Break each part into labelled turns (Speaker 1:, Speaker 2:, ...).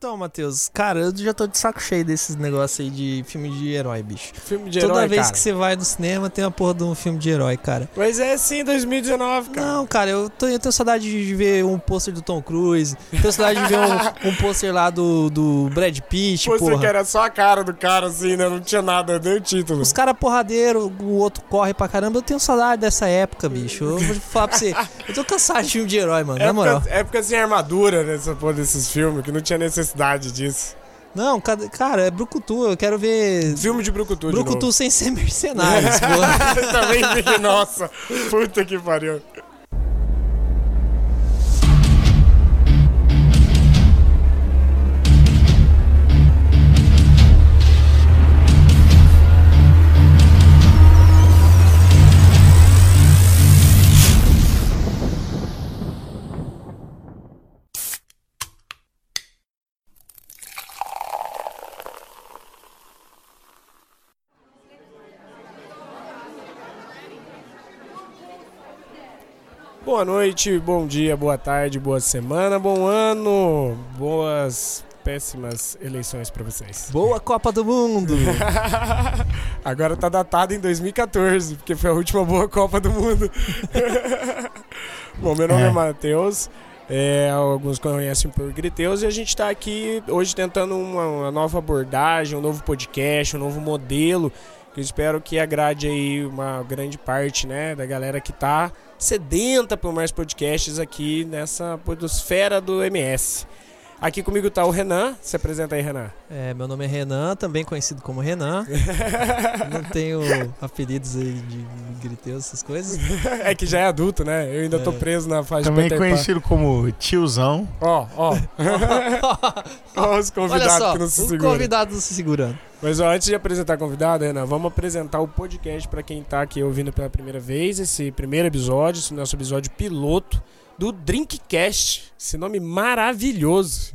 Speaker 1: Então, Matheus, cara, eu já tô de saco cheio desses negócios aí de filme de herói, bicho.
Speaker 2: Filme de
Speaker 1: Toda
Speaker 2: herói,
Speaker 1: vez
Speaker 2: cara.
Speaker 1: que você vai no cinema tem uma porra de um filme de herói, cara.
Speaker 2: Mas é sim, 2019, cara.
Speaker 1: Não, cara, eu, tô- eu tenho saudade de ver um pôster do Tom Cruise, tenho saudade de ver um, um pôster lá do, do Brad Pitt,
Speaker 2: Pô, você
Speaker 1: porra.
Speaker 2: que era só a cara do cara, assim, né? Não tinha nada, nem o título.
Speaker 1: Os caras porradeiro, o outro corre pra caramba. Eu tenho saudade dessa época, bicho. Eu vou falar pra você. Eu tô cansado de filme de herói, mano,
Speaker 2: É
Speaker 1: na moral.
Speaker 2: época, época sem assim, armadura nessa porra desses filmes, que não tinha necessidade disso.
Speaker 1: Não, cada- cara, é Brucutu. Eu quero ver
Speaker 2: Filme de Brucutu, de
Speaker 1: Brucutu
Speaker 2: novo.
Speaker 1: sem ser mercenários, porra.
Speaker 2: Também vi, nossa. Puta que pariu. Boa noite, bom dia, boa tarde, boa semana, bom ano. Boas, péssimas eleições pra vocês.
Speaker 1: Boa Copa do Mundo.
Speaker 2: Agora tá datado em 2014, porque foi a última boa Copa do Mundo. Bom, meu nome é,
Speaker 1: É.
Speaker 2: Matheus. é, alguns conhecem por Griteus e a gente tá aqui hoje tentando uma, uma nova abordagem, um novo podcast, um novo modelo. Que eu espero que agrade aí uma grande parte, né, da galera que tá sedenta por mais podcasts aqui nessa podosfera do MS. Aqui comigo tá o Renan. Se apresenta aí, Renan.
Speaker 1: É, meu nome é Renan, também conhecido como Renan. Não tenho apelidos aí de griteus, essas coisas.
Speaker 2: É que já é adulto, né? Eu ainda tô
Speaker 1: É.
Speaker 2: preso na fase
Speaker 3: Também
Speaker 2: de Peter Pan.
Speaker 3: conhecido como tiozão.
Speaker 2: Ó, ó. Ó os
Speaker 1: Olha
Speaker 2: convidados
Speaker 1: só,
Speaker 2: que não se
Speaker 1: o
Speaker 2: seguram.
Speaker 1: convidado não se segurando.
Speaker 2: Mas ó, antes de apresentar convidado, Renan, vamos apresentar o podcast pra quem tá aqui ouvindo pela primeira vez. Esse primeiro episódio, esse nosso episódio piloto do Drinkcast. Esse nome maravilhoso.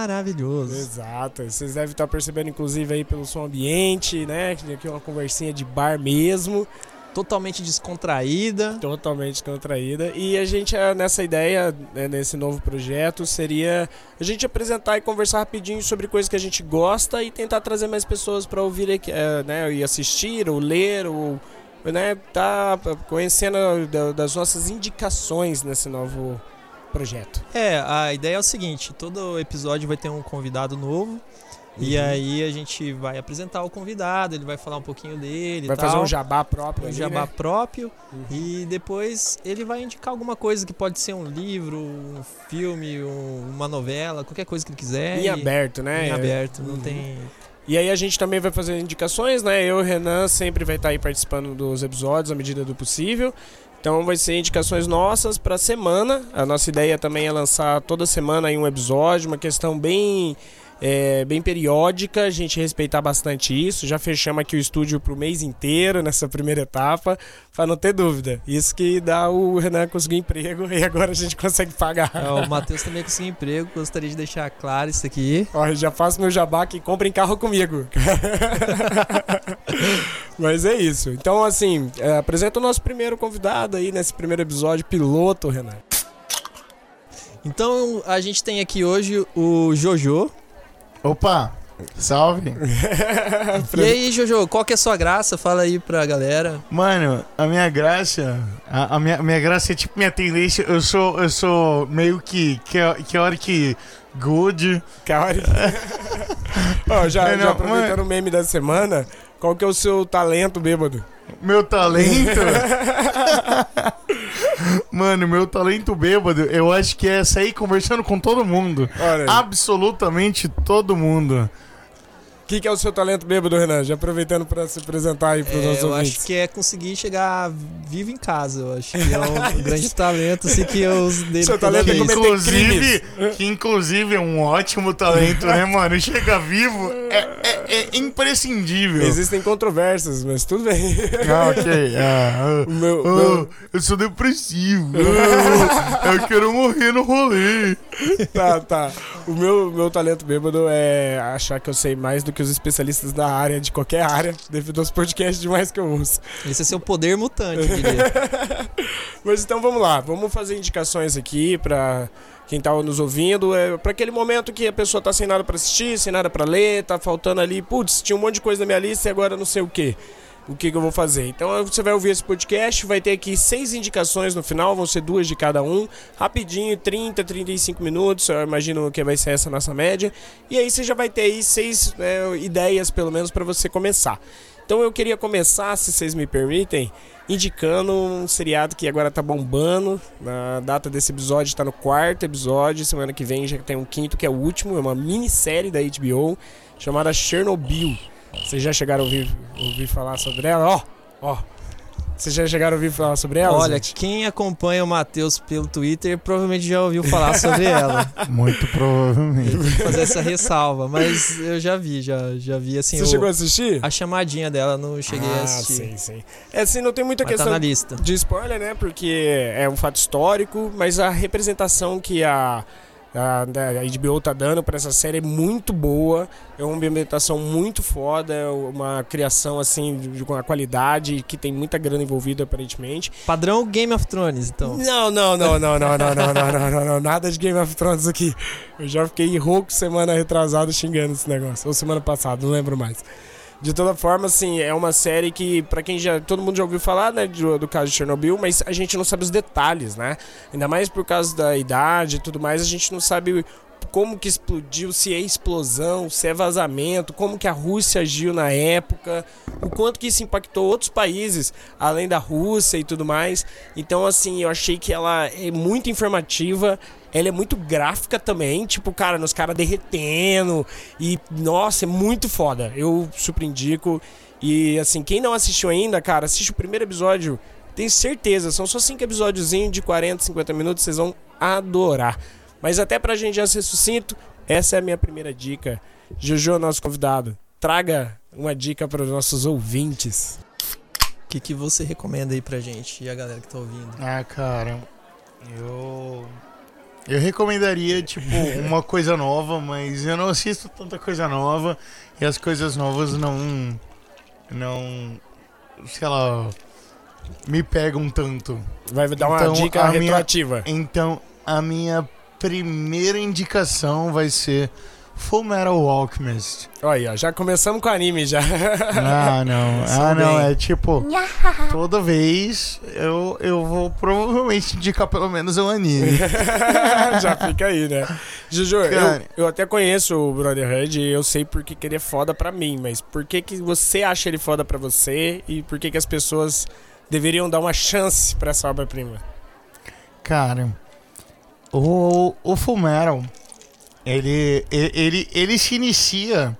Speaker 1: Maravilhoso.
Speaker 2: Exato, vocês devem estar percebendo, inclusive, aí pelo som ambiente, né? Que Aqui é uma conversinha de bar mesmo.
Speaker 1: Totalmente descontraída.
Speaker 2: Totalmente descontraída. E a gente, eh, nessa ideia, né, nesse novo projeto, seria a gente apresentar e conversar rapidinho sobre coisas que a gente gosta e tentar trazer mais pessoas para ouvir aqui, eh, né, e assistir, ou ler, ou né, tá conhecendo da- das nossas indicações nesse novo projeto.
Speaker 1: É, a ideia é o seguinte: todo episódio vai ter um convidado novo. E
Speaker 2: Uhum.
Speaker 1: aí a gente vai apresentar o convidado, ele vai falar um pouquinho dele e
Speaker 2: Vai
Speaker 1: tal.
Speaker 2: fazer um jabá próprio.
Speaker 1: um
Speaker 2: ali,
Speaker 1: jabá
Speaker 2: né?
Speaker 1: próprio.
Speaker 2: Uhum.
Speaker 1: E depois ele vai indicar alguma coisa que pode ser um livro, um filme, um- uma novela, qualquer coisa que ele quiser.
Speaker 2: Em
Speaker 1: e-
Speaker 2: aberto, né?
Speaker 1: Em
Speaker 2: É.
Speaker 1: aberto, não
Speaker 2: Uhum.
Speaker 1: tem.
Speaker 2: E aí a gente também vai fazer indicações, né? Eu e o Renan sempre vai estar aí participando dos episódios à medida do possível. Então vai ser indicações nossas para semana. A nossa ideia também é lançar toda semana aí um episódio, uma questão bem é, bem periódica, a gente respeitar bastante isso. Já fechamos aqui o estúdio pro mês inteiro nessa primeira etapa, para não ter dúvida. Isso que dá o Renan conseguir emprego e agora a gente consegue pagar.
Speaker 1: É, o Matheus também conseguiu emprego, gostaria de deixar claro isso aqui.
Speaker 2: Ó, eu já faço meu jabá que comprem carro comigo. Mas é isso. Então, assim, é, apresenta o nosso primeiro convidado aí nesse primeiro episódio, piloto, Renan.
Speaker 1: Então a gente tem aqui hoje o Jojo.
Speaker 3: Opa, salve.
Speaker 1: E aí, Jojo, qual que é a sua graça? Fala aí pra galera.
Speaker 3: Mano, a minha graça, a, a minha, minha graça é tipo minha tendência, eu sou, eu sou meio que, que, que hora que good.
Speaker 2: Cara. Ó, já,
Speaker 3: É,
Speaker 2: já
Speaker 3: não,
Speaker 2: aproveitando o meme da semana, qual que é o seu talento, bêbado?
Speaker 3: Meu talento. Mano, meu talento bêbado, eu acho que é sair conversando com todo mundo.
Speaker 2: Olha,
Speaker 1: Ah.
Speaker 2: o
Speaker 3: Absolutamente todo mundo.
Speaker 2: que, que é o seu talento bêbado, Renan? Já aproveitando pra se apresentar aí pros
Speaker 1: É,
Speaker 2: nossos
Speaker 1: eu
Speaker 2: ouvintes.
Speaker 1: acho que é conseguir chegar vivo em casa. Eu acho que é um grande talento, assim, que eu uso dele.
Speaker 2: Seu
Speaker 1: toda
Speaker 2: talento é
Speaker 1: vez.
Speaker 2: cometer
Speaker 3: Inclusive, que inclusive é um ótimo talento, né, mano? Chega vivo é, é- é imprescindível.
Speaker 2: Existem controvérsias, mas tudo bem.
Speaker 3: Ah, ok. Ah,
Speaker 2: O meu-
Speaker 3: ah,
Speaker 2: meu-
Speaker 3: ah, eu sou depressivo. Ah, eu quero morrer no rolê.
Speaker 2: Tá, tá. O meu, meu talento bêbado é achar que eu sei mais do que os especialistas da área, de qualquer área, devido aos podcasts demais que eu ouço.
Speaker 1: Esse é seu poder mutante, eu diria.
Speaker 2: Mas então vamos lá, vamos fazer indicações aqui pra quem tá nos ouvindo. É, pra aquele momento que a pessoa tá sem nada pra assistir, sem nada pra ler, tá faltando ali, putz, tinha um monte de coisa na minha lista e agora não sei o que. O que, que eu vou fazer? Então você vai ouvir esse podcast, vai ter aqui seis indicações no final, vão ser duas de cada um, rapidinho, 30, 35 minutos, eu imagino que vai ser essa nossa média. E aí você já vai ter aí seis né, ideias, pelo menos, pra você começar. Então eu queria começar, se vocês me permitem, indicando um seriado que agora tá bombando. Na data desse episódio tá no quarto episódio, semana que vem já tem um quinto que é o último, é uma minissérie da HBO chamada Chernobyl. Vocês já chegaram a ouvir, ouvir falar sobre ela? Ó, ó. Vocês já chegaram a ouvir falar sobre ela?
Speaker 1: É, Olha,
Speaker 2: gente?
Speaker 1: quem acompanha o Matheus pelo Twitter provavelmente já ouviu falar sobre ela.
Speaker 3: Muito provavelmente.
Speaker 1: Vou fazer essa ressalva, mas eu já vi, já, já vi assim.
Speaker 2: você
Speaker 1: o-
Speaker 2: chegou a assistir?
Speaker 1: A chamadinha dela, não cheguei a
Speaker 2: ah,
Speaker 1: assistir.
Speaker 2: sim, sim. É assim, não tem muita
Speaker 1: Mas tá
Speaker 2: questão
Speaker 1: na lista.
Speaker 2: de spoiler, né? Porque é um fato histórico, mas a representação que a, a, da- a HBO tá dando pra essa série é muito boa. É uma ambientação muito foda, é uma criação assim de, com uma qualidade que tem muita grana envolvida aparentemente.
Speaker 1: Padrão Game of Thrones, então.
Speaker 2: Não, não, não, não, não, não, não, não, não, não, não, nada de Game of Thrones aqui. Eu já fiquei rouco semana retrasada xingando esse negócio, ou semana passada, não lembro mais. De toda forma, assim, é uma série que, pra quem já. Todo mundo já ouviu falar, né, do, do caso de Chernobyl, mas a gente não sabe os detalhes, né? Ainda mais por causa da idade e tudo mais, a gente não sabe como que explodiu, se é explosão, se é vazamento, como que a Rússia agiu na época, o quanto que isso impactou outros países, além da Rússia e tudo mais. Então, assim, eu achei que ela é muito informativa. Ela é muito gráfica também, tipo, cara, nos caras derretendo. E, nossa, é muito foda. Eu super indico. E, assim, quem não assistiu ainda, cara, assiste o primeiro episódio. Tenho certeza, são só cinco episódiozinhos de 40, 50 minutos, vocês vão adorar. Mas até pra gente já ser sucinto, essa é a minha primeira dica. Jojo, nosso convidado, traga uma dica para os nossos ouvintes.
Speaker 1: O que, que você recomenda aí pra gente e a galera que tá ouvindo?
Speaker 3: Ah, cara, eu. Eu recomendaria, tipo, uma coisa nova, mas eu não assisto tanta coisa nova e as coisas novas não. Não. Sei lá. Me pegam tanto.
Speaker 2: Vai dar uma
Speaker 3: Então,
Speaker 2: dica
Speaker 3: a minha-
Speaker 2: retroativa.
Speaker 3: Então, a minha primeira indicação vai ser Full Metal Alchemist.
Speaker 2: Olha, aí, ó, já começamos com anime já.
Speaker 3: Ah, não. ah, não. É tipo. Toda vez eu, eu vou provavelmente indicar pelo menos um anime.
Speaker 2: já fica aí, né? Juju, eu,
Speaker 3: Cara.
Speaker 2: eu até conheço o Brotherhood e eu sei por que que ele é foda pra mim, mas por que, que você acha ele foda pra você e por que, que as pessoas deveriam dar uma chance pra essa obra-prima?
Speaker 3: Cara, o, o Fumero, ele, e- ele, ele se inicia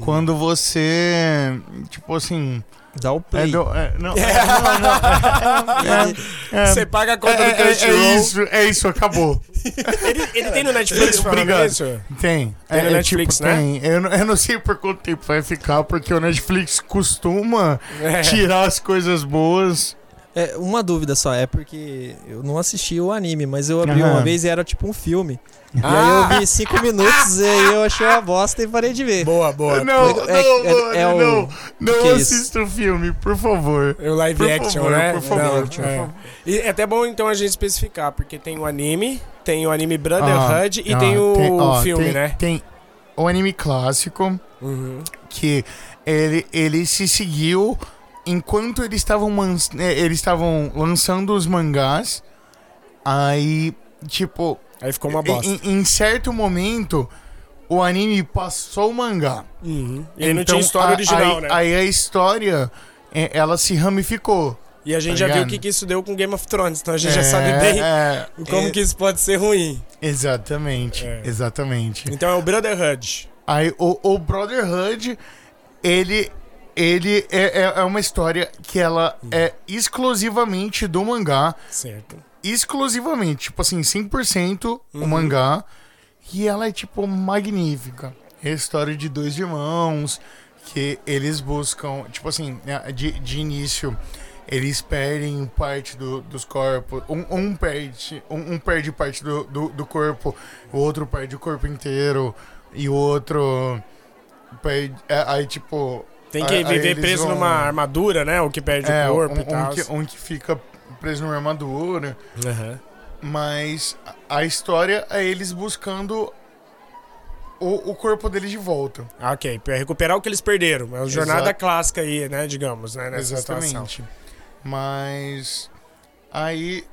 Speaker 3: quando você, tipo assim...
Speaker 1: Dá o
Speaker 3: É
Speaker 1: play.
Speaker 3: do- é, não, é, não, não, é, é,
Speaker 2: Você paga a
Speaker 3: é,
Speaker 2: conta do
Speaker 3: é, é,
Speaker 2: Crunchyroll.
Speaker 3: é isso, é isso, acabou.
Speaker 2: Ele, ele tem no Netflix, falando
Speaker 3: Obrigado.
Speaker 2: isso?
Speaker 3: Tem. É, tipo,
Speaker 2: Tem no Netflix, né?
Speaker 3: Tem. Eu, não- eu não sei por quanto tempo vai ficar, porque o Netflix costuma
Speaker 2: É.
Speaker 3: tirar as coisas boas.
Speaker 1: É, uma dúvida só, é porque eu não assisti o anime, mas eu abri
Speaker 3: Aham.
Speaker 1: uma vez e era tipo um filme. E aí
Speaker 2: Ah.
Speaker 1: eu vi cinco minutos e aí eu achei uma bosta e parei de ver.
Speaker 2: É. Boa, boa.
Speaker 3: Não,
Speaker 1: Legal.
Speaker 3: não,
Speaker 1: É- é-
Speaker 3: mano,
Speaker 1: é o-
Speaker 3: não. Não
Speaker 1: que é isso?
Speaker 3: assista o filme, por favor.
Speaker 2: É o live
Speaker 3: Por
Speaker 2: action,
Speaker 3: favor,
Speaker 2: né?
Speaker 3: por favor,
Speaker 2: Não,
Speaker 3: por
Speaker 2: é.
Speaker 3: favor.
Speaker 2: E é até bom então a gente especificar, porque tem o anime, tem o anime Brotherhood e tem o
Speaker 3: ó,
Speaker 2: filme,
Speaker 3: Ah, tem-
Speaker 2: né?
Speaker 3: Tem o anime clássico,
Speaker 2: Uhum.
Speaker 3: que ele, ele se seguiu enquanto eles estavam man- eh, eles estavam lançando os mangás. Aí, tipo,
Speaker 2: Aí ficou uma bosta.
Speaker 3: em, em certo momento, o anime passou o mangá.
Speaker 2: Uhum. E aí não tinha história
Speaker 3: então, a-
Speaker 2: original,
Speaker 3: aí,
Speaker 2: né?
Speaker 3: Aí a história, eh, ela se ramificou.
Speaker 2: e a gente
Speaker 3: tá
Speaker 2: já viu o
Speaker 3: ligado?
Speaker 2: que, que isso deu com Game of Thrones, então a gente já
Speaker 3: É,
Speaker 2: sabe bem
Speaker 3: é,
Speaker 2: como
Speaker 3: é,
Speaker 2: que isso pode ser ruim.
Speaker 3: Exatamente,
Speaker 2: É.
Speaker 3: exatamente.
Speaker 2: Então é o Brotherhood.
Speaker 3: Aí o, o Brotherhood, ele, ele é, é- é uma história que ela é exclusivamente do mangá.
Speaker 2: Certo.
Speaker 3: Exclusivamente, tipo assim, 100%
Speaker 2: Uhum.
Speaker 3: o mangá. E ela é, tipo, magnífica. É a história de dois irmãos que eles buscam, tipo assim, né, de, de início. Eles perdem parte do- dos corpos. Um, um perde, um, um perde parte do, do, do corpo, o outro perde o corpo inteiro, e o outro perde. é, aí, tipo.
Speaker 2: Tem que
Speaker 3: aí- aí
Speaker 2: viver
Speaker 3: eles
Speaker 2: preso
Speaker 3: vão-
Speaker 2: numa armadura, né? O que perde
Speaker 3: é,
Speaker 2: o corpo
Speaker 3: um,
Speaker 2: e tal.
Speaker 3: um que, um que fica preso numa armadura.
Speaker 2: Aham.
Speaker 3: Mas a história é eles buscando o, o corpo deles de volta.
Speaker 2: Ah, Ok, pra recuperar o que eles perderam. É uma jornada
Speaker 3: Exato.
Speaker 2: clássica aí, né? Digamos, né? Nessa situação.
Speaker 3: Exatamente. Mas. Aí.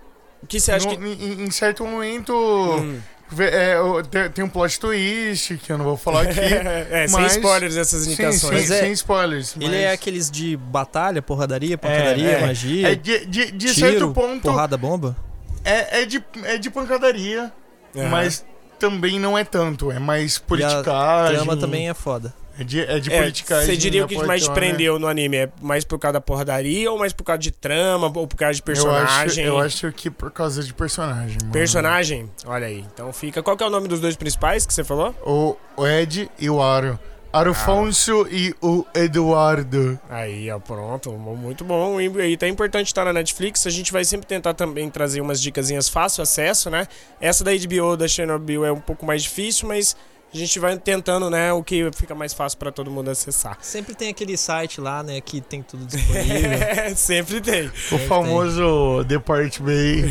Speaker 2: O que você acha
Speaker 3: no-
Speaker 2: que.
Speaker 3: em, em certo momento.
Speaker 2: Hum.
Speaker 3: vê- é, o- te- tem um plot twist que eu não vou falar aqui.
Speaker 2: é, sem
Speaker 3: mas-
Speaker 2: spoilers essas
Speaker 3: sim, sim,
Speaker 2: indicações.
Speaker 1: Mas é-
Speaker 3: sem spoilers.
Speaker 1: Ele é
Speaker 3: mas-
Speaker 1: aqueles de batalha, porradaria, pancadaria,
Speaker 2: é.
Speaker 1: magia,
Speaker 3: É de, de-
Speaker 1: tiro,
Speaker 3: de certo ponto,
Speaker 1: porrada, bomba.
Speaker 3: é, é de, é de pancadaria,
Speaker 2: Aham.
Speaker 3: mas também não é tanto. É mais
Speaker 1: A
Speaker 3: politicagem.
Speaker 1: trama também é foda.
Speaker 3: É de, é de né?
Speaker 2: É,
Speaker 3: politicagem.
Speaker 2: Você diria o que
Speaker 3: da
Speaker 2: mais te
Speaker 3: portona.
Speaker 2: prendeu no anime? É mais por causa da porradaria ou mais por causa de trama ou por causa de
Speaker 3: Eu acho,
Speaker 2: personagem?
Speaker 3: eu acho que por causa de personagem. mano.
Speaker 2: Personagem? Olha aí. Então fica. Qual que é o nome dos dois principais que você falou?
Speaker 3: O, o Ed e o Aro. Arofonso e o Eduardo.
Speaker 2: Aí, ó, pronto, muito bom. E aí tá importante estar na Netflix. A gente vai sempre tentar também trazer umas dicasinhas fácil acesso, né? Essa da HBO da Chernobyl é um pouco mais difícil, mas a gente vai tentando, né, o que fica mais fácil pra todo mundo acessar.
Speaker 1: Sempre tem aquele site lá, né, que tem tudo disponível.
Speaker 2: sempre tem.
Speaker 3: O famoso Depart Bay.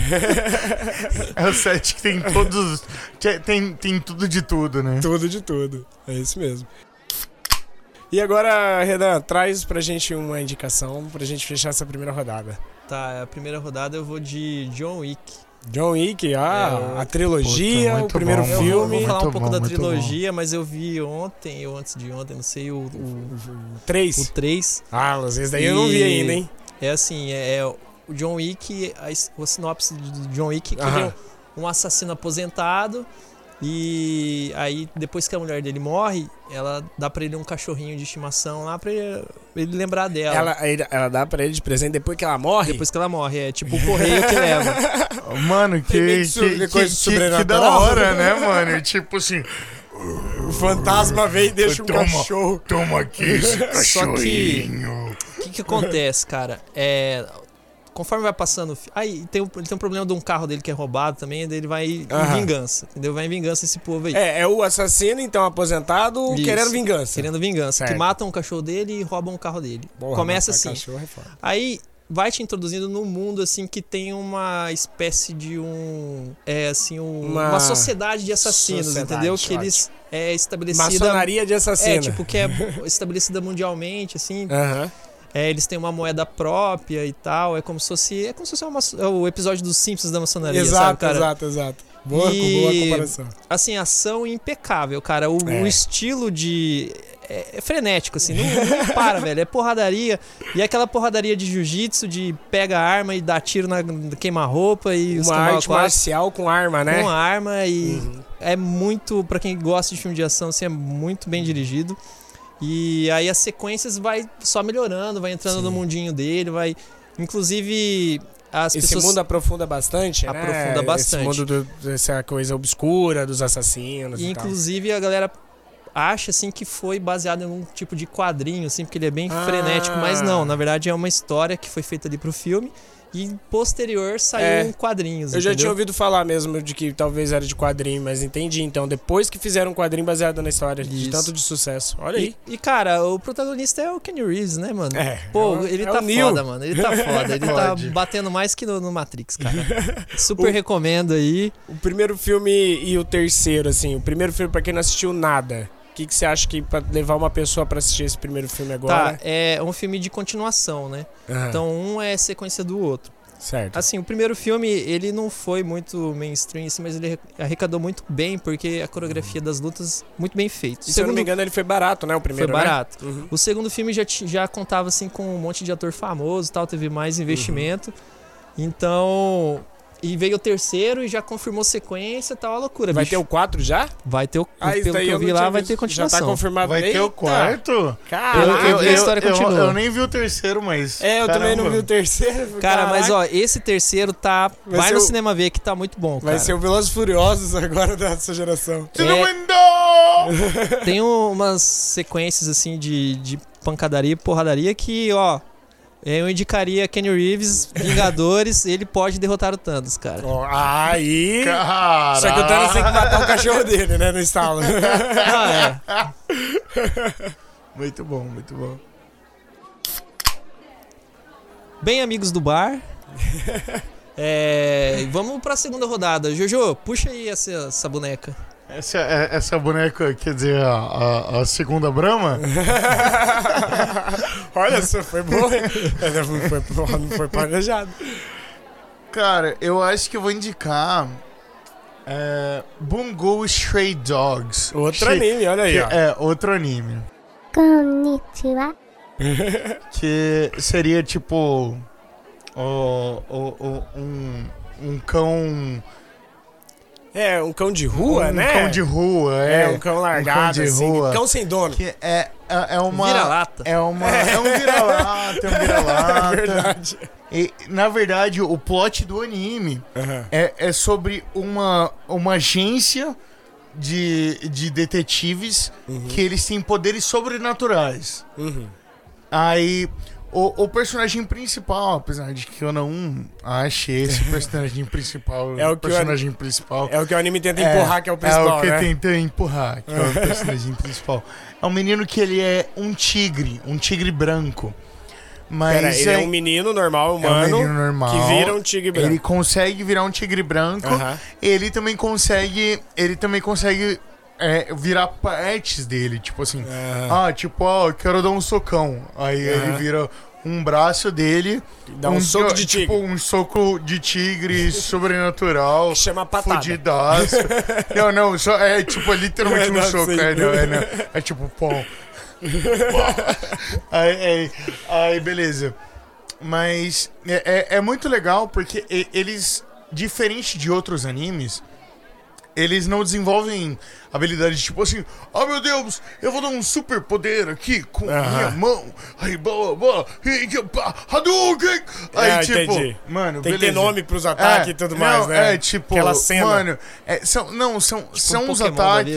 Speaker 3: é o set que tem todos. que Tem, tem tudo de tudo, né?
Speaker 2: Tudo de tudo. É isso mesmo. E agora, Renan, traz pra gente uma indicação pra gente fechar essa primeira rodada.
Speaker 1: tá, a primeira rodada eu vou de John Wick.
Speaker 2: John Wick, ah,
Speaker 1: É, o-
Speaker 2: a trilogia,
Speaker 3: Puta,
Speaker 2: o
Speaker 3: muito
Speaker 2: primeiro
Speaker 3: bom,
Speaker 1: Eu
Speaker 3: mano.
Speaker 1: vou-
Speaker 2: filme.
Speaker 1: vou falar um
Speaker 3: É Muito
Speaker 1: pouco
Speaker 3: bom,
Speaker 1: da
Speaker 3: muito bom.
Speaker 1: trilogia, mas eu vi ontem, ou antes de ontem, não sei, o, o, o
Speaker 2: Três.
Speaker 1: 3.
Speaker 2: Ah, mas esse daí eu não vi
Speaker 1: E-
Speaker 2: ainda, hein?
Speaker 1: É assim, é, é o John Wick, a, his- o sinopse do John Wick, que ele
Speaker 2: Aham.
Speaker 1: é um assassino aposentado. E aí, depois que a mulher dele morre, ela dá pra ele um cachorrinho de estimação lá pra ele, ele lembrar dela.
Speaker 2: Ela, ele- ela dá pra ele de presente depois que ela morre?
Speaker 1: Depois que ela morre, é tipo o correio que leva.
Speaker 3: Mano, que,
Speaker 2: Tem meio que
Speaker 3: que,
Speaker 2: su-
Speaker 3: que,
Speaker 2: coisa
Speaker 3: que-
Speaker 2: sobrenatural.
Speaker 3: que da hora, né, mano? Tipo assim,
Speaker 2: o fantasma vem e deixa um
Speaker 3: Toma.
Speaker 2: cachorro.
Speaker 3: toma aqui esse
Speaker 1: Só que-
Speaker 3: cachorrinho.
Speaker 1: O que, que acontece, cara? É. Conforme vai passando. o fi- Aí tem, um- ele tem um problema de um carro dele que é roubado também, daí ele vai
Speaker 2: Aham.
Speaker 1: em vingança. Entendeu? Vai em vingança esse povo aí.
Speaker 2: É, é o assassino, então, aposentado,
Speaker 1: Isso.
Speaker 2: querendo vingança.
Speaker 1: Querendo vingança.
Speaker 2: Certo.
Speaker 1: Que matam o cachorro dele e roubam o carro dele.
Speaker 2: Porra,
Speaker 1: Começa
Speaker 2: matar
Speaker 1: assim.
Speaker 2: cachorro é foda.
Speaker 1: Aí vai te introduzindo num mundo assim que tem uma espécie de um. É assim, um-
Speaker 2: Uma-
Speaker 1: uma, sociedade de assassinos,
Speaker 2: Sociedade,
Speaker 1: entendeu? Que eles é estabelecida.
Speaker 2: Maçonaria de assassino.
Speaker 1: É, tipo, que é estabelecida mundialmente, assim.
Speaker 2: Aham.
Speaker 1: É, eles têm uma moeda própria e tal. É como se fosse. É como se fosse uma maço- é o episódio dos Simpsons da maçonaria, sabe,
Speaker 2: Exato,
Speaker 1: cara?
Speaker 2: exato, exato. Boa,
Speaker 1: E-
Speaker 2: boa comparação.
Speaker 1: Assim, ação impecável, cara. O,
Speaker 2: É.
Speaker 1: o estilo de. É, é frenético, assim, não, não para, velho. É porradaria. E é aquela porradaria de jiu-jitsu, de pega a arma e dá tiro na queima-roupa e os
Speaker 2: Uma
Speaker 1: cambau
Speaker 2: arte
Speaker 1: quatro,
Speaker 2: marcial com arma, né?
Speaker 1: com arma e é muito. Pra quem gosta de filme de ação, assim, é muito bem dirigido. E aí as sequências vai só melhorando, vai entrando
Speaker 2: Sim.
Speaker 1: no mundinho dele, vai. Inclusive, as
Speaker 2: Esse
Speaker 1: pessoas.
Speaker 2: mundo é aprofunda bastante, né?
Speaker 1: Aprofunda
Speaker 2: Esse
Speaker 1: bastante.
Speaker 2: mundo do, dessa coisa obscura dos assassinos e,
Speaker 1: E inclusive a galera acha assim que foi baseado em um tipo de quadrinho, assim, porque ele é bem
Speaker 2: Ah.
Speaker 1: frenético, mas não, na verdade é uma história que foi feita ali pro filme e posterior
Speaker 2: É.
Speaker 1: saiu um quadrinhos,
Speaker 2: tal. Eu já tinha
Speaker 1: entendeu?
Speaker 2: ouvido falar mesmo de que talvez era de quadrinho, mas entendi. Então, depois que fizeram um quadrinho baseado na história de
Speaker 1: Isso.
Speaker 2: tanto de sucesso. Olha aí.
Speaker 1: E, e, cara, o protagonista é o Kenny Reeves, né, mano?
Speaker 2: É,
Speaker 1: Pô,
Speaker 2: é o-
Speaker 1: ele
Speaker 2: é
Speaker 1: tá
Speaker 2: o Neo.
Speaker 1: foda, mano. Ele tá foda. Ele tá
Speaker 3: Pode.
Speaker 1: batendo mais que no, no Matrix, cara. Super
Speaker 2: O-
Speaker 1: recomendo aí.
Speaker 2: O primeiro filme e o terceiro, assim. O primeiro filme, pra quem não assistiu nada, o que, que você acha que pra levar uma pessoa pra assistir esse primeiro filme agora?
Speaker 1: Tá, é um filme de continuação, né?
Speaker 2: Aham,
Speaker 1: Então um é sequência do outro.
Speaker 2: certo.
Speaker 1: Assim, o primeiro filme, ele não foi muito mainstream, assim, mas ele arrecadou muito bem, porque a coreografia das lutas, muito bem feita. O
Speaker 2: E, se eu não
Speaker 1: segundo
Speaker 2: me engano, ele foi barato, né? O
Speaker 1: foi
Speaker 2: primeiro, né?
Speaker 1: barato.
Speaker 2: Uhum.
Speaker 1: O segundo filme já, ti- já contava, assim, com um monte de ator famoso e tal, teve mais
Speaker 2: Uhum.
Speaker 1: investimento. Então... E veio o terceiro e já confirmou sequência e tal, a loucura,
Speaker 2: Vai ter
Speaker 1: bicho.
Speaker 2: o 4 já?
Speaker 1: Vai ter o...
Speaker 2: Ah, isso
Speaker 1: pelo
Speaker 2: daí
Speaker 1: que eu vi
Speaker 2: não
Speaker 1: lá,
Speaker 2: tinha
Speaker 1: vai
Speaker 2: visto.
Speaker 1: ter continuação.
Speaker 2: Já tá confirmado.
Speaker 3: Vai ter
Speaker 2: Eita,
Speaker 3: o
Speaker 2: Ah,
Speaker 3: quarto?
Speaker 2: Caraca.
Speaker 1: Eu- eu- a história continua.
Speaker 3: Eu, nem vi o terceiro, mas.
Speaker 2: É, eu também não
Speaker 3: caramba.
Speaker 2: vi o terceiro.
Speaker 1: Cara, mas
Speaker 2: caraca.
Speaker 1: ó, esse terceiro tá...
Speaker 2: Vai
Speaker 1: Vai,
Speaker 2: ser
Speaker 1: no
Speaker 2: o-
Speaker 1: cinema ver que tá muito bom,
Speaker 2: Vai
Speaker 1: cara.
Speaker 2: ser o Velozes e Furiosos agora dessa geração.
Speaker 3: To the
Speaker 1: É.
Speaker 3: window!
Speaker 1: Tem um- umas sequências assim de, de pancadaria e porradaria que, ó. Eu indicaria Kenny Reeves, Vingadores, ele pode derrotar o Thanos, cara.
Speaker 2: Ó, aí...
Speaker 3: Cara.
Speaker 2: Só que o Thanos tem que matar o cachorro dele, né? No estalo.
Speaker 1: Ah, é.
Speaker 3: Muito bom, muito bom.
Speaker 1: Bem amigos do bar. É, e vamos pra segunda rodada. Jojo, puxa aí essa, essa boneca.
Speaker 3: Essa, é- essa boneca, quer dizer, a, a- a segunda Brahma?
Speaker 2: Olha, você foi boa. hein? Não foi, não foi planejado.
Speaker 3: Cara, eu acho que eu vou indicar. É, Bungo Stray Dogs.
Speaker 2: Outro
Speaker 3: Stray-
Speaker 2: anime, olha aí.
Speaker 3: que-
Speaker 2: ó.
Speaker 3: é, outro anime.
Speaker 4: こんにちは。
Speaker 3: Que seria tipo. o- o- o- um, um cão.
Speaker 2: É, um cão de rua,
Speaker 3: um
Speaker 2: né?
Speaker 3: cão de rua, é.
Speaker 2: um cão largado,
Speaker 3: de
Speaker 2: assim.
Speaker 3: rua.
Speaker 2: Cão sem dono.
Speaker 3: Que é, é, é uma.
Speaker 1: Vira-lata.
Speaker 3: É uma. É um vira-lata, é um
Speaker 2: É
Speaker 3: vira-lata.
Speaker 2: verdade.
Speaker 3: E, na verdade, o plot do anime
Speaker 2: Aham.
Speaker 3: é, é sobre uma, uma agência de, de detetives que eles têm poderes sobrenaturais.
Speaker 2: Uhum.
Speaker 3: Aí. O, o personagem principal, apesar de que eu não ache esse personagem principal,
Speaker 2: É o que o
Speaker 3: personagem principal.
Speaker 2: É o que o anime tenta empurrar, que é o
Speaker 3: É
Speaker 2: principal,
Speaker 3: o que
Speaker 2: né?
Speaker 3: tenta empurrar, que é o personagem principal. É um menino que ele é um tigre, um tigre branco. Mas
Speaker 2: Pera, ele é
Speaker 3: é-
Speaker 2: um menino normal,
Speaker 3: é um
Speaker 2: humano,
Speaker 3: menino normal.
Speaker 2: que vira um tigre branco.
Speaker 3: Ele consegue virar um tigre branco.
Speaker 2: Aham.
Speaker 3: Ele também consegue, ele também consegue é, virar partes dele, tipo assim.
Speaker 2: Aham.
Speaker 3: Ah, tipo, ó, eu quero dar um socão. Aí ele
Speaker 2: Aham.
Speaker 3: vira um braço dele,
Speaker 2: Dá um soco de
Speaker 3: tipo,
Speaker 2: tigre.
Speaker 3: um soco de tigre sobrenatural.
Speaker 2: Que chama patada.
Speaker 3: Fudidaço. não, não, só é tipo é literalmente
Speaker 2: Não,
Speaker 3: um
Speaker 2: não,
Speaker 3: soco.
Speaker 2: sim.
Speaker 3: É, não, é, não. é tipo pão. aí, aí, aí, beleza. Mas é, é- é muito legal porque e- eles, diferente de outros animes, eles não desenvolvem habilidades tipo assim, oh meu Deus, eu vou dar um super poder aqui com a minha
Speaker 2: Aham.
Speaker 3: mão. Aí, blá, blá, blá, e, que, pá, Hadouken! Aí,
Speaker 2: É,
Speaker 3: tipo,
Speaker 2: entendi.
Speaker 3: mano,
Speaker 2: Tem que ter
Speaker 3: beleza.
Speaker 2: nome pros ataques
Speaker 3: É,
Speaker 2: e Ah, tudo mais,
Speaker 3: não,
Speaker 2: né?
Speaker 3: É, tipo,
Speaker 2: Aquela cena.
Speaker 3: mano, é, são, não, são, são
Speaker 1: um
Speaker 3: os
Speaker 1: Pokémon da
Speaker 3: ataques.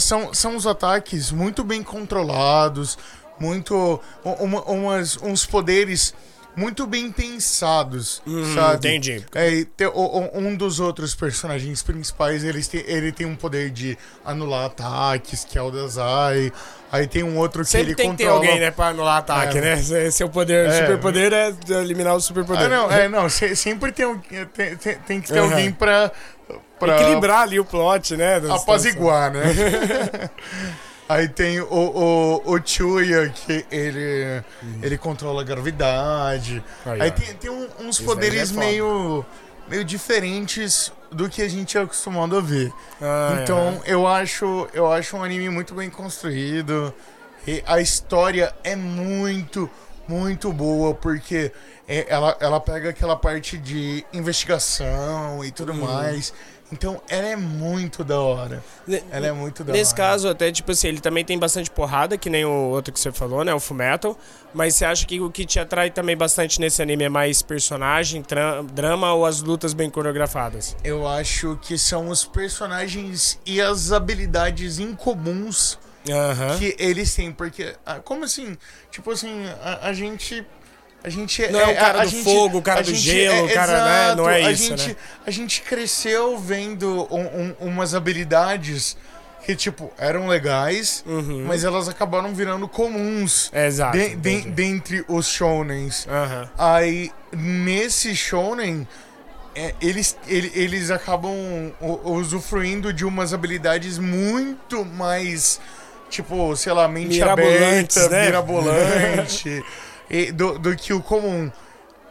Speaker 3: são, são, são os ataques muito bem controlados, muito. u- uma- umas, uns poderes muito bem pensados, sabe?
Speaker 2: Uhum, entendi.
Speaker 3: É, e te- o- o- um dos outros personagens principais, eles têm- ele tem um poder de anular ataques, que é o Dazai. Aí tem um outro que
Speaker 2: Sempre
Speaker 3: ele
Speaker 2: tem que ter
Speaker 3: controla.
Speaker 2: alguém, né, pra anular ataque,
Speaker 3: É.
Speaker 2: né? Esse esse é o poder, o
Speaker 3: É.
Speaker 2: superpoder é eliminar o superpoder.
Speaker 3: Ah, não, é, não, se- sempre tem, um- tem, tem, tem que ter
Speaker 2: Aham.
Speaker 3: alguém pra, pra
Speaker 2: Equilibrar ali o plot, né? da
Speaker 3: apaziguar, né? Aí tem o, o, o Chuya, que ele, ele controla a gravidade.
Speaker 2: Aí,
Speaker 3: Aí,
Speaker 2: ó.
Speaker 3: tem, tem um- uns
Speaker 2: Isso
Speaker 3: poderes
Speaker 2: daí é foda.
Speaker 3: meio, meio diferentes do que a gente é acostumado a ver.
Speaker 2: situação. Ah,
Speaker 3: então eu, acho, eu acho um anime muito bem construído. E a história é muito, muito boa, porque é- ela, ela pega aquela parte de investigação e tudo
Speaker 2: Uhum.
Speaker 3: mais. Então ela é muito da hora.
Speaker 2: Ne-
Speaker 3: Ela é muito da
Speaker 2: Nesse
Speaker 3: hora.
Speaker 2: caso, até, tipo assim, ele também tem bastante porrada, que nem o outro que você falou, né? O Fullmetal. Mas você acha que o que te atrai também bastante nesse anime é mais personagem, tra- drama ou as lutas bem coreografadas?
Speaker 3: Eu acho que são os personagens e as habilidades incomuns
Speaker 2: Aham.
Speaker 3: que eles têm. Porque, ah, como assim? Tipo assim, a, a gente. A gente
Speaker 2: Não é o cara do fogo, o cara do gelo, o cara, né? Não é
Speaker 3: a
Speaker 2: isso,
Speaker 3: gente,
Speaker 2: né?
Speaker 3: A gente cresceu vendo um- um- umas habilidades que, tipo, eram legais,
Speaker 2: Uhum.
Speaker 3: mas elas acabaram virando comuns
Speaker 2: É, exato.
Speaker 3: de- de-
Speaker 2: entendi.
Speaker 3: dentre os shounens.
Speaker 2: Aham.
Speaker 3: Aí, nesse shounen, é, eles, ele- eles acabam o- usufruindo de umas habilidades muito mais, tipo, sei lá, mente
Speaker 2: Mirabolantes,
Speaker 3: aberta,
Speaker 2: né?
Speaker 3: mirabolante, e do, do que o comum.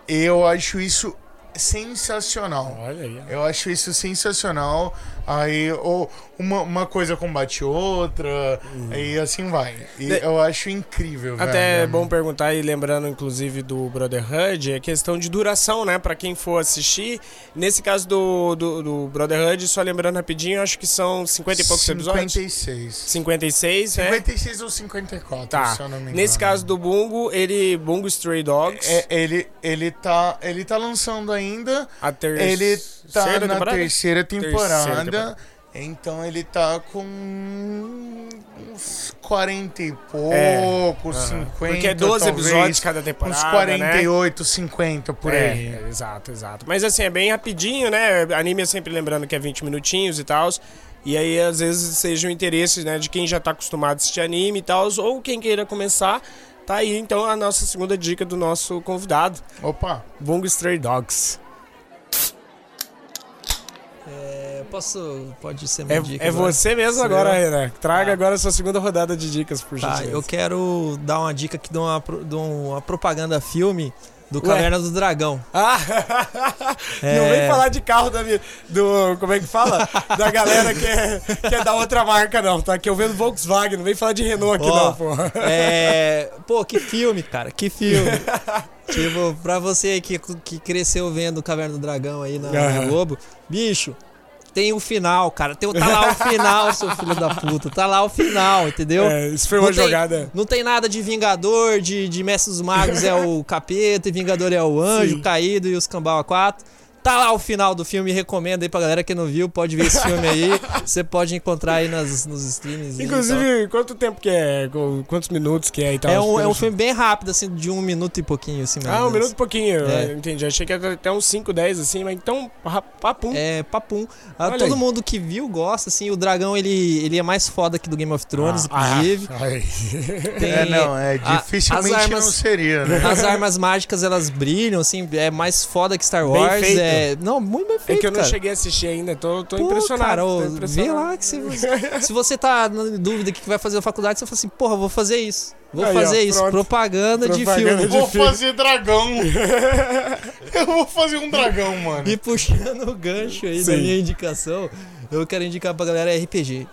Speaker 3: Eu acho isso sensacional.
Speaker 2: Olha aí. ó.
Speaker 3: Eu acho isso sensacional. Aí ou uma, uma coisa combate outra, e assim vai. E
Speaker 2: Uhum. De-
Speaker 3: eu acho incrível,
Speaker 2: Até é
Speaker 3: velho.
Speaker 2: bom perguntar, e lembrando inclusive do Brotherhood, é questão de duração, né? Pra quem for assistir. Nesse caso do, do, do Brotherhood, só lembrando rapidinho, acho que são 50 e poucos episódios.
Speaker 3: 56.
Speaker 2: 56, né?
Speaker 3: 56 ou 54,
Speaker 2: Tá.
Speaker 3: se eu não me engano.
Speaker 2: Nesse caso do Bungo, ele. Bungo Stray Dogs.
Speaker 3: É, ele, ele, tá, ele tá lançando ainda.
Speaker 2: a ter-
Speaker 3: Ele tá
Speaker 2: terceira
Speaker 3: na
Speaker 2: temporada?
Speaker 3: terceira temporada,
Speaker 2: Terceira temporada.
Speaker 3: Então ele tá com uns 40 e pouco,
Speaker 2: Aham.
Speaker 3: 50.
Speaker 2: Porque é 12
Speaker 3: talvez,
Speaker 2: episódios cada temporada.
Speaker 3: Uns
Speaker 2: né?
Speaker 3: 48, 50 por
Speaker 2: É,
Speaker 3: aí.
Speaker 2: é, exato, exato. Mas assim, é bem rapidinho, né? Anime é sempre lembrando que é 20 minutinhos e tal. E aí, às vezes, seja o interesse né, de quem já tá acostumado a assistir anime e tal, ou quem queira começar, Tá aí então a nossa segunda dica do nosso convidado,
Speaker 3: Opa,
Speaker 2: Bungo Stray Dogs.
Speaker 1: É, posso. Pode ser minha dica.
Speaker 2: É, é
Speaker 1: agora?
Speaker 2: você mesmo
Speaker 1: Sou
Speaker 2: agora,
Speaker 1: eu.
Speaker 2: Renan. Traga
Speaker 1: Tá.
Speaker 2: agora a sua segunda rodada de dicas, por
Speaker 1: Tá,
Speaker 2: gentileza.
Speaker 1: eu quero dar uma dica aqui de uma, pro- de um, uma propaganda filme do
Speaker 2: Ué.
Speaker 1: Caverna do Dragão.
Speaker 2: Ah, não
Speaker 1: É.
Speaker 2: vem falar de carro da minha, do, como é que fala? Da galera que é, que é da outra marca, não, tá? Que eu vendo Volkswagen, não vem falar de Renault aqui,
Speaker 1: Ó,
Speaker 2: não, pô.
Speaker 1: É. Pô, que filme, cara, que filme. tipo, pra você aí que, que cresceu vendo Caverna do Dragão aí na, na
Speaker 2: Aham.
Speaker 1: Globo, bicho, tem o final, cara. Tem, o- tá lá o final, seu filho da puta. Tá lá o final, entendeu?
Speaker 2: É, isso foi uma
Speaker 1: tem,
Speaker 2: jogada.
Speaker 1: Não tem nada de Vingador, de, de Mestre dos Magos é o capeta e Vingador é o anjo
Speaker 2: Sim.
Speaker 1: caído e os Cambau 4. Tá lá o final do filme, recomendo aí pra galera que não viu, pode ver esse filme aí. Você pode encontrar aí nas, nos streams. aí e tal.
Speaker 2: Inclusive, quanto tempo que é? Qu- Quantos minutos que é e tal?
Speaker 1: é um, é um
Speaker 2: Porque-
Speaker 1: filme bem rápido, assim, de um minuto e pouquinho, assim, mais ou
Speaker 2: Ah, um
Speaker 1: menos.
Speaker 2: minuto e pouquinho,
Speaker 1: É.
Speaker 2: eu entendi. Achei que era até uns 5, 10, assim, mas então, pa- papum.
Speaker 1: É, papum. Ah,
Speaker 2: Olha
Speaker 1: todo
Speaker 2: aí.
Speaker 1: mundo que viu gosta, assim, o dragão, ele, ele é mais foda que do Game of Thrones,
Speaker 2: Ah,
Speaker 1: inclusive.
Speaker 3: ai.
Speaker 1: Tem
Speaker 3: É, não, é,
Speaker 1: a-
Speaker 3: dificilmente
Speaker 1: as
Speaker 3: não
Speaker 1: armas-
Speaker 3: seria, né?
Speaker 1: As armas mágicas, elas brilham, assim, é mais foda que Star Wars. É...
Speaker 2: feito.
Speaker 1: Não, muito bem
Speaker 2: É
Speaker 1: feito,
Speaker 2: que eu não
Speaker 1: cara.
Speaker 2: cheguei a assistir ainda, tô, tô
Speaker 1: Pô,
Speaker 2: impressionado.
Speaker 1: cara,
Speaker 2: tô
Speaker 1: ô,
Speaker 2: impressionado.
Speaker 1: vê lá que você, se você tá na dúvida que vai fazer a faculdade, você fala assim, porra, vou fazer isso. Vou
Speaker 2: Aí, ó,
Speaker 1: fazer isso.
Speaker 2: pronto.
Speaker 1: Propaganda, de
Speaker 2: Propaganda
Speaker 1: filme.
Speaker 2: de-
Speaker 3: Vou
Speaker 2: É difícil.
Speaker 3: fazer dragão. Eu vou fazer um dragão, mano.
Speaker 1: E puxando o gancho aí da
Speaker 2: Sim.
Speaker 1: minha indicação, eu quero indicar pra galera RPG.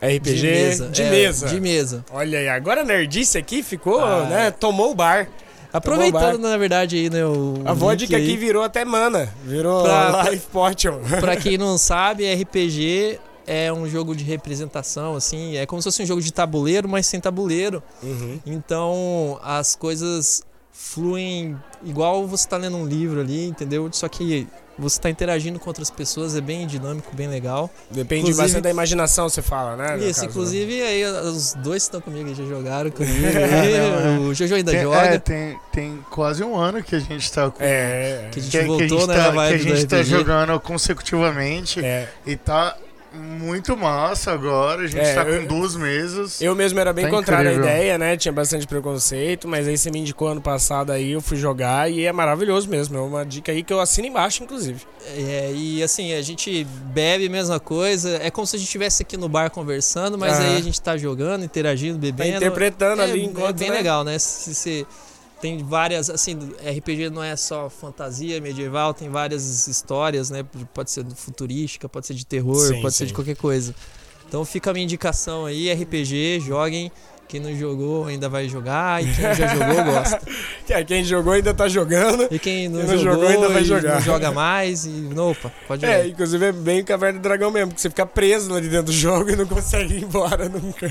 Speaker 2: RPG
Speaker 1: de mesa.
Speaker 2: De
Speaker 1: É,
Speaker 2: mesa.
Speaker 1: De mesa.
Speaker 2: Olha aí, agora a nerdice aqui ficou,
Speaker 1: Ah,
Speaker 2: né?
Speaker 1: é.
Speaker 2: Tomou o bar.
Speaker 1: Aproveitando, na verdade, aí, né, o
Speaker 2: Então, A
Speaker 1: o link
Speaker 2: vodka
Speaker 1: aí.
Speaker 2: aqui virou até mana. Virou
Speaker 1: Pra-
Speaker 2: Life Potion.
Speaker 1: Pra quem não sabe, RPG é um jogo de representação, assim, é como se fosse um jogo de tabuleiro, mas sem tabuleiro. Uhum. Então as coisas fluem igual você tá lendo um livro ali, entendeu? Só que você tá interagindo com outras pessoas, é bem dinâmico, bem legal.
Speaker 2: Depende
Speaker 1: Inclusive-
Speaker 2: bastante da imaginação, você fala,
Speaker 3: É,
Speaker 2: né? no
Speaker 1: Isso,
Speaker 2: caso,
Speaker 1: inclusive aí os dois que estão comigo, aí, já jogaram comigo. aí, o Jojo ainda
Speaker 3: Tem,
Speaker 1: joga.
Speaker 3: é, tem, tem quase um ano que a gente tá com.
Speaker 2: né? É.
Speaker 1: Que a gente
Speaker 3: que- que
Speaker 1: voltou, né,
Speaker 3: tá,
Speaker 1: na vibe
Speaker 3: que a gente
Speaker 1: do
Speaker 3: tá
Speaker 1: RPG.
Speaker 3: jogando consecutivamente
Speaker 2: é.
Speaker 3: e tá muito massa agora. A gente
Speaker 2: É,
Speaker 3: tá com
Speaker 2: eu-
Speaker 3: duas mesas.
Speaker 2: Eu mesmo era bem
Speaker 3: Tá
Speaker 2: contrário
Speaker 3: incrível.
Speaker 2: à ideia, né? Tinha bastante preconceito, mas aí você me indicou ano passado aí, eu fui jogar e é maravilhoso mesmo. É uma dica aí que eu assino embaixo, inclusive. Tá
Speaker 1: É, e assim, a gente bebe a mesma coisa. É como se a gente estivesse aqui no bar conversando, mas
Speaker 2: Aham.
Speaker 1: aí a gente tá jogando, interagindo,
Speaker 2: Tá
Speaker 1: bebendo.
Speaker 2: interpretando
Speaker 1: é,
Speaker 2: ali
Speaker 1: é
Speaker 2: enquanto.
Speaker 1: bem
Speaker 2: né?
Speaker 1: legal, né? Se você tem várias, assim, RPG não é só fantasia medieval, tem várias histórias, né? Pode ser futurística, pode ser de terror,
Speaker 2: Sim,
Speaker 1: pode ser
Speaker 2: sim.
Speaker 1: de qualquer coisa. Então fica a minha indicação aí, RPG, joguem. Quem não jogou ainda vai jogar, e quem já jogou gosta.
Speaker 2: Que- Quem jogou ainda tá jogando.
Speaker 1: E quem não,
Speaker 2: Quem não jogou, ainda vai
Speaker 1: e
Speaker 2: jogar.
Speaker 1: não joga mais, e opa, pode jogar.
Speaker 2: É, inclusive é bem Caverna do Dragão mesmo, que você fica preso ali dentro do jogo e não consegue ir embora nunca.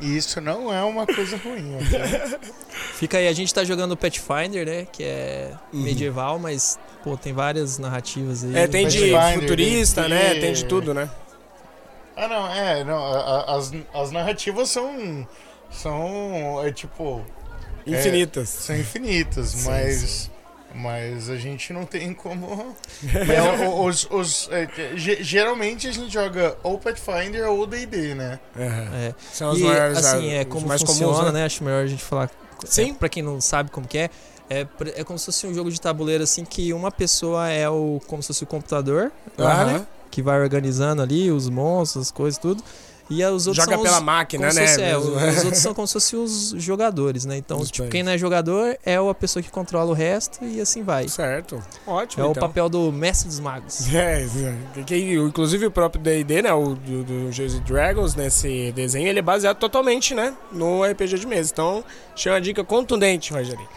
Speaker 3: E Isso não é uma coisa ruim. ok?
Speaker 1: Fica aí, a gente tá jogando Pathfinder, né? Que é medieval, mas, pô, tem várias narrativas aí.
Speaker 2: Uhum. É, tem de
Speaker 3: Pathfinder,
Speaker 2: futurista,
Speaker 3: tem
Speaker 2: né?
Speaker 3: de-
Speaker 2: Tem de tudo, né?
Speaker 3: ah, não, é. Não, a- a- as, as narrativas são. São. É tipo. É.
Speaker 2: Infinitas.
Speaker 3: São infinitas,
Speaker 2: Sim,
Speaker 3: mas.
Speaker 2: sim.
Speaker 3: Mas a gente não tem como. Mas o- os, os- é, que- ge- geralmente a gente joga ou Pathfinder ou DD, né?
Speaker 2: Aham.
Speaker 1: É.
Speaker 2: São as
Speaker 1: E,
Speaker 2: maiores.
Speaker 1: assim,
Speaker 2: as-
Speaker 1: é
Speaker 2: os
Speaker 1: como
Speaker 2: mais
Speaker 1: funciona,
Speaker 2: comuns,
Speaker 1: né? Acho melhor a gente falar.
Speaker 2: Sim.
Speaker 1: É, pra quem não sabe como que é, é, pr- é como se fosse um jogo de tabuleiro, assim, que uma pessoa é o. como se fosse o computador, lá, né,
Speaker 2: Aham.
Speaker 1: que vai organizando ali os monstros, as coisas, tudo. E os outros
Speaker 2: Joga
Speaker 1: são
Speaker 2: pela
Speaker 1: os,
Speaker 2: máquina,
Speaker 1: como se
Speaker 2: né?
Speaker 1: fosse- é,
Speaker 2: Mesmo.
Speaker 1: os outros são como se fossem os jogadores, né? Então,
Speaker 2: Os
Speaker 1: tipo,
Speaker 2: players.
Speaker 1: quem não é jogador é a pessoa que controla o resto e assim vai.
Speaker 2: Certo.
Speaker 1: É
Speaker 2: Ótimo.
Speaker 1: o
Speaker 2: então.
Speaker 1: papel do mestre dos magos.
Speaker 2: É, que- que- inclusive o próprio D&D, né, o do, do Dungeons and Dragons, nesse desenho, ele é baseado totalmente, né, no RPG de mesa. Então, achei uma dica contundente, Rogerinho.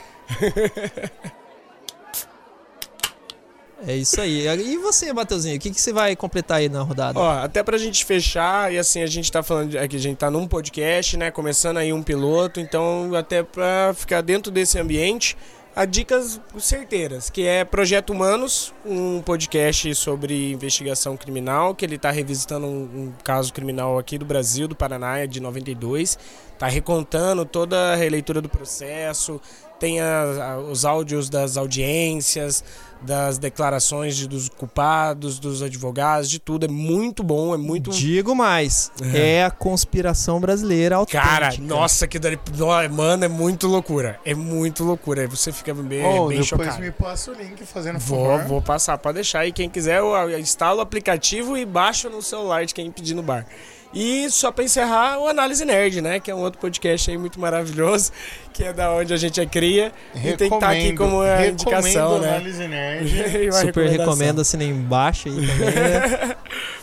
Speaker 1: É isso aí. E você, Mateuzinho, o que, que você vai completar aí na rodada?
Speaker 2: Ó, até pra gente fechar, e assim, a gente tá falando de- aqui, a gente tá num podcast, né? Começando aí um piloto, então até pra ficar dentro desse ambiente, há dicas certeiras, que é Projeto Humanos, um podcast sobre investigação criminal, que ele tá revisitando um, um caso criminal aqui do Brasil, do Paraná, é de 92. Tá recontando toda a releitura do processo, tem a- a- os áudios das audiências, das declarações de- dos culpados, dos advogados, de tudo. É muito bom, é muito.
Speaker 1: Digo mais, é, a conspiração brasileira autêntica.
Speaker 2: Cara, nossa, que dali. Nó, Mano, é muito loucura. É muito loucura. Aí você fica bem,
Speaker 3: Oh,
Speaker 2: É, bem
Speaker 3: depois
Speaker 2: chocado.
Speaker 3: me passa o link fazendo
Speaker 2: Vou,
Speaker 3: favor.
Speaker 2: vou passar pra deixar. E quem quiser, eu eu instalo o aplicativo e baixo no celular de quem pedir no bar. E só pra encerrar, o Análise Nerd, né? Que é um outro podcast aí muito maravilhoso, que é da onde a gente é cria. e tem que estar aqui
Speaker 3: Recomendo.
Speaker 2: como a
Speaker 3: Recomendo
Speaker 2: indicação, né?
Speaker 3: Análise Nerd.
Speaker 2: E uma
Speaker 1: É, Super
Speaker 2: recomendação.
Speaker 1: recomendo, assinem embaixo aí também, né?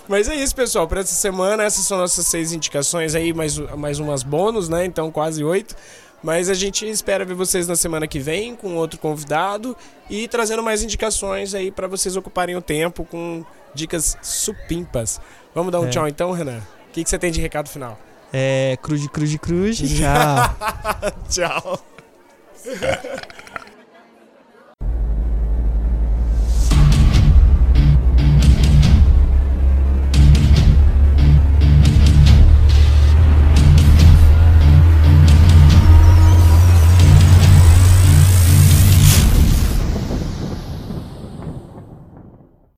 Speaker 2: Mas é isso, pessoal. Pra essa semana, essas são nossas seis indicações aí, mais, mais umas bônus, né? Então, quase oito. Mas a gente espera ver vocês na semana que vem com outro convidado e trazendo mais indicações aí pra vocês ocuparem o tempo com dicas supimpas. Vamos dar um
Speaker 1: É.
Speaker 2: tchau então, Renan? O que, que você tem de recado final?
Speaker 1: É, cruz, cruz, cruz, tchau.
Speaker 2: Tchau.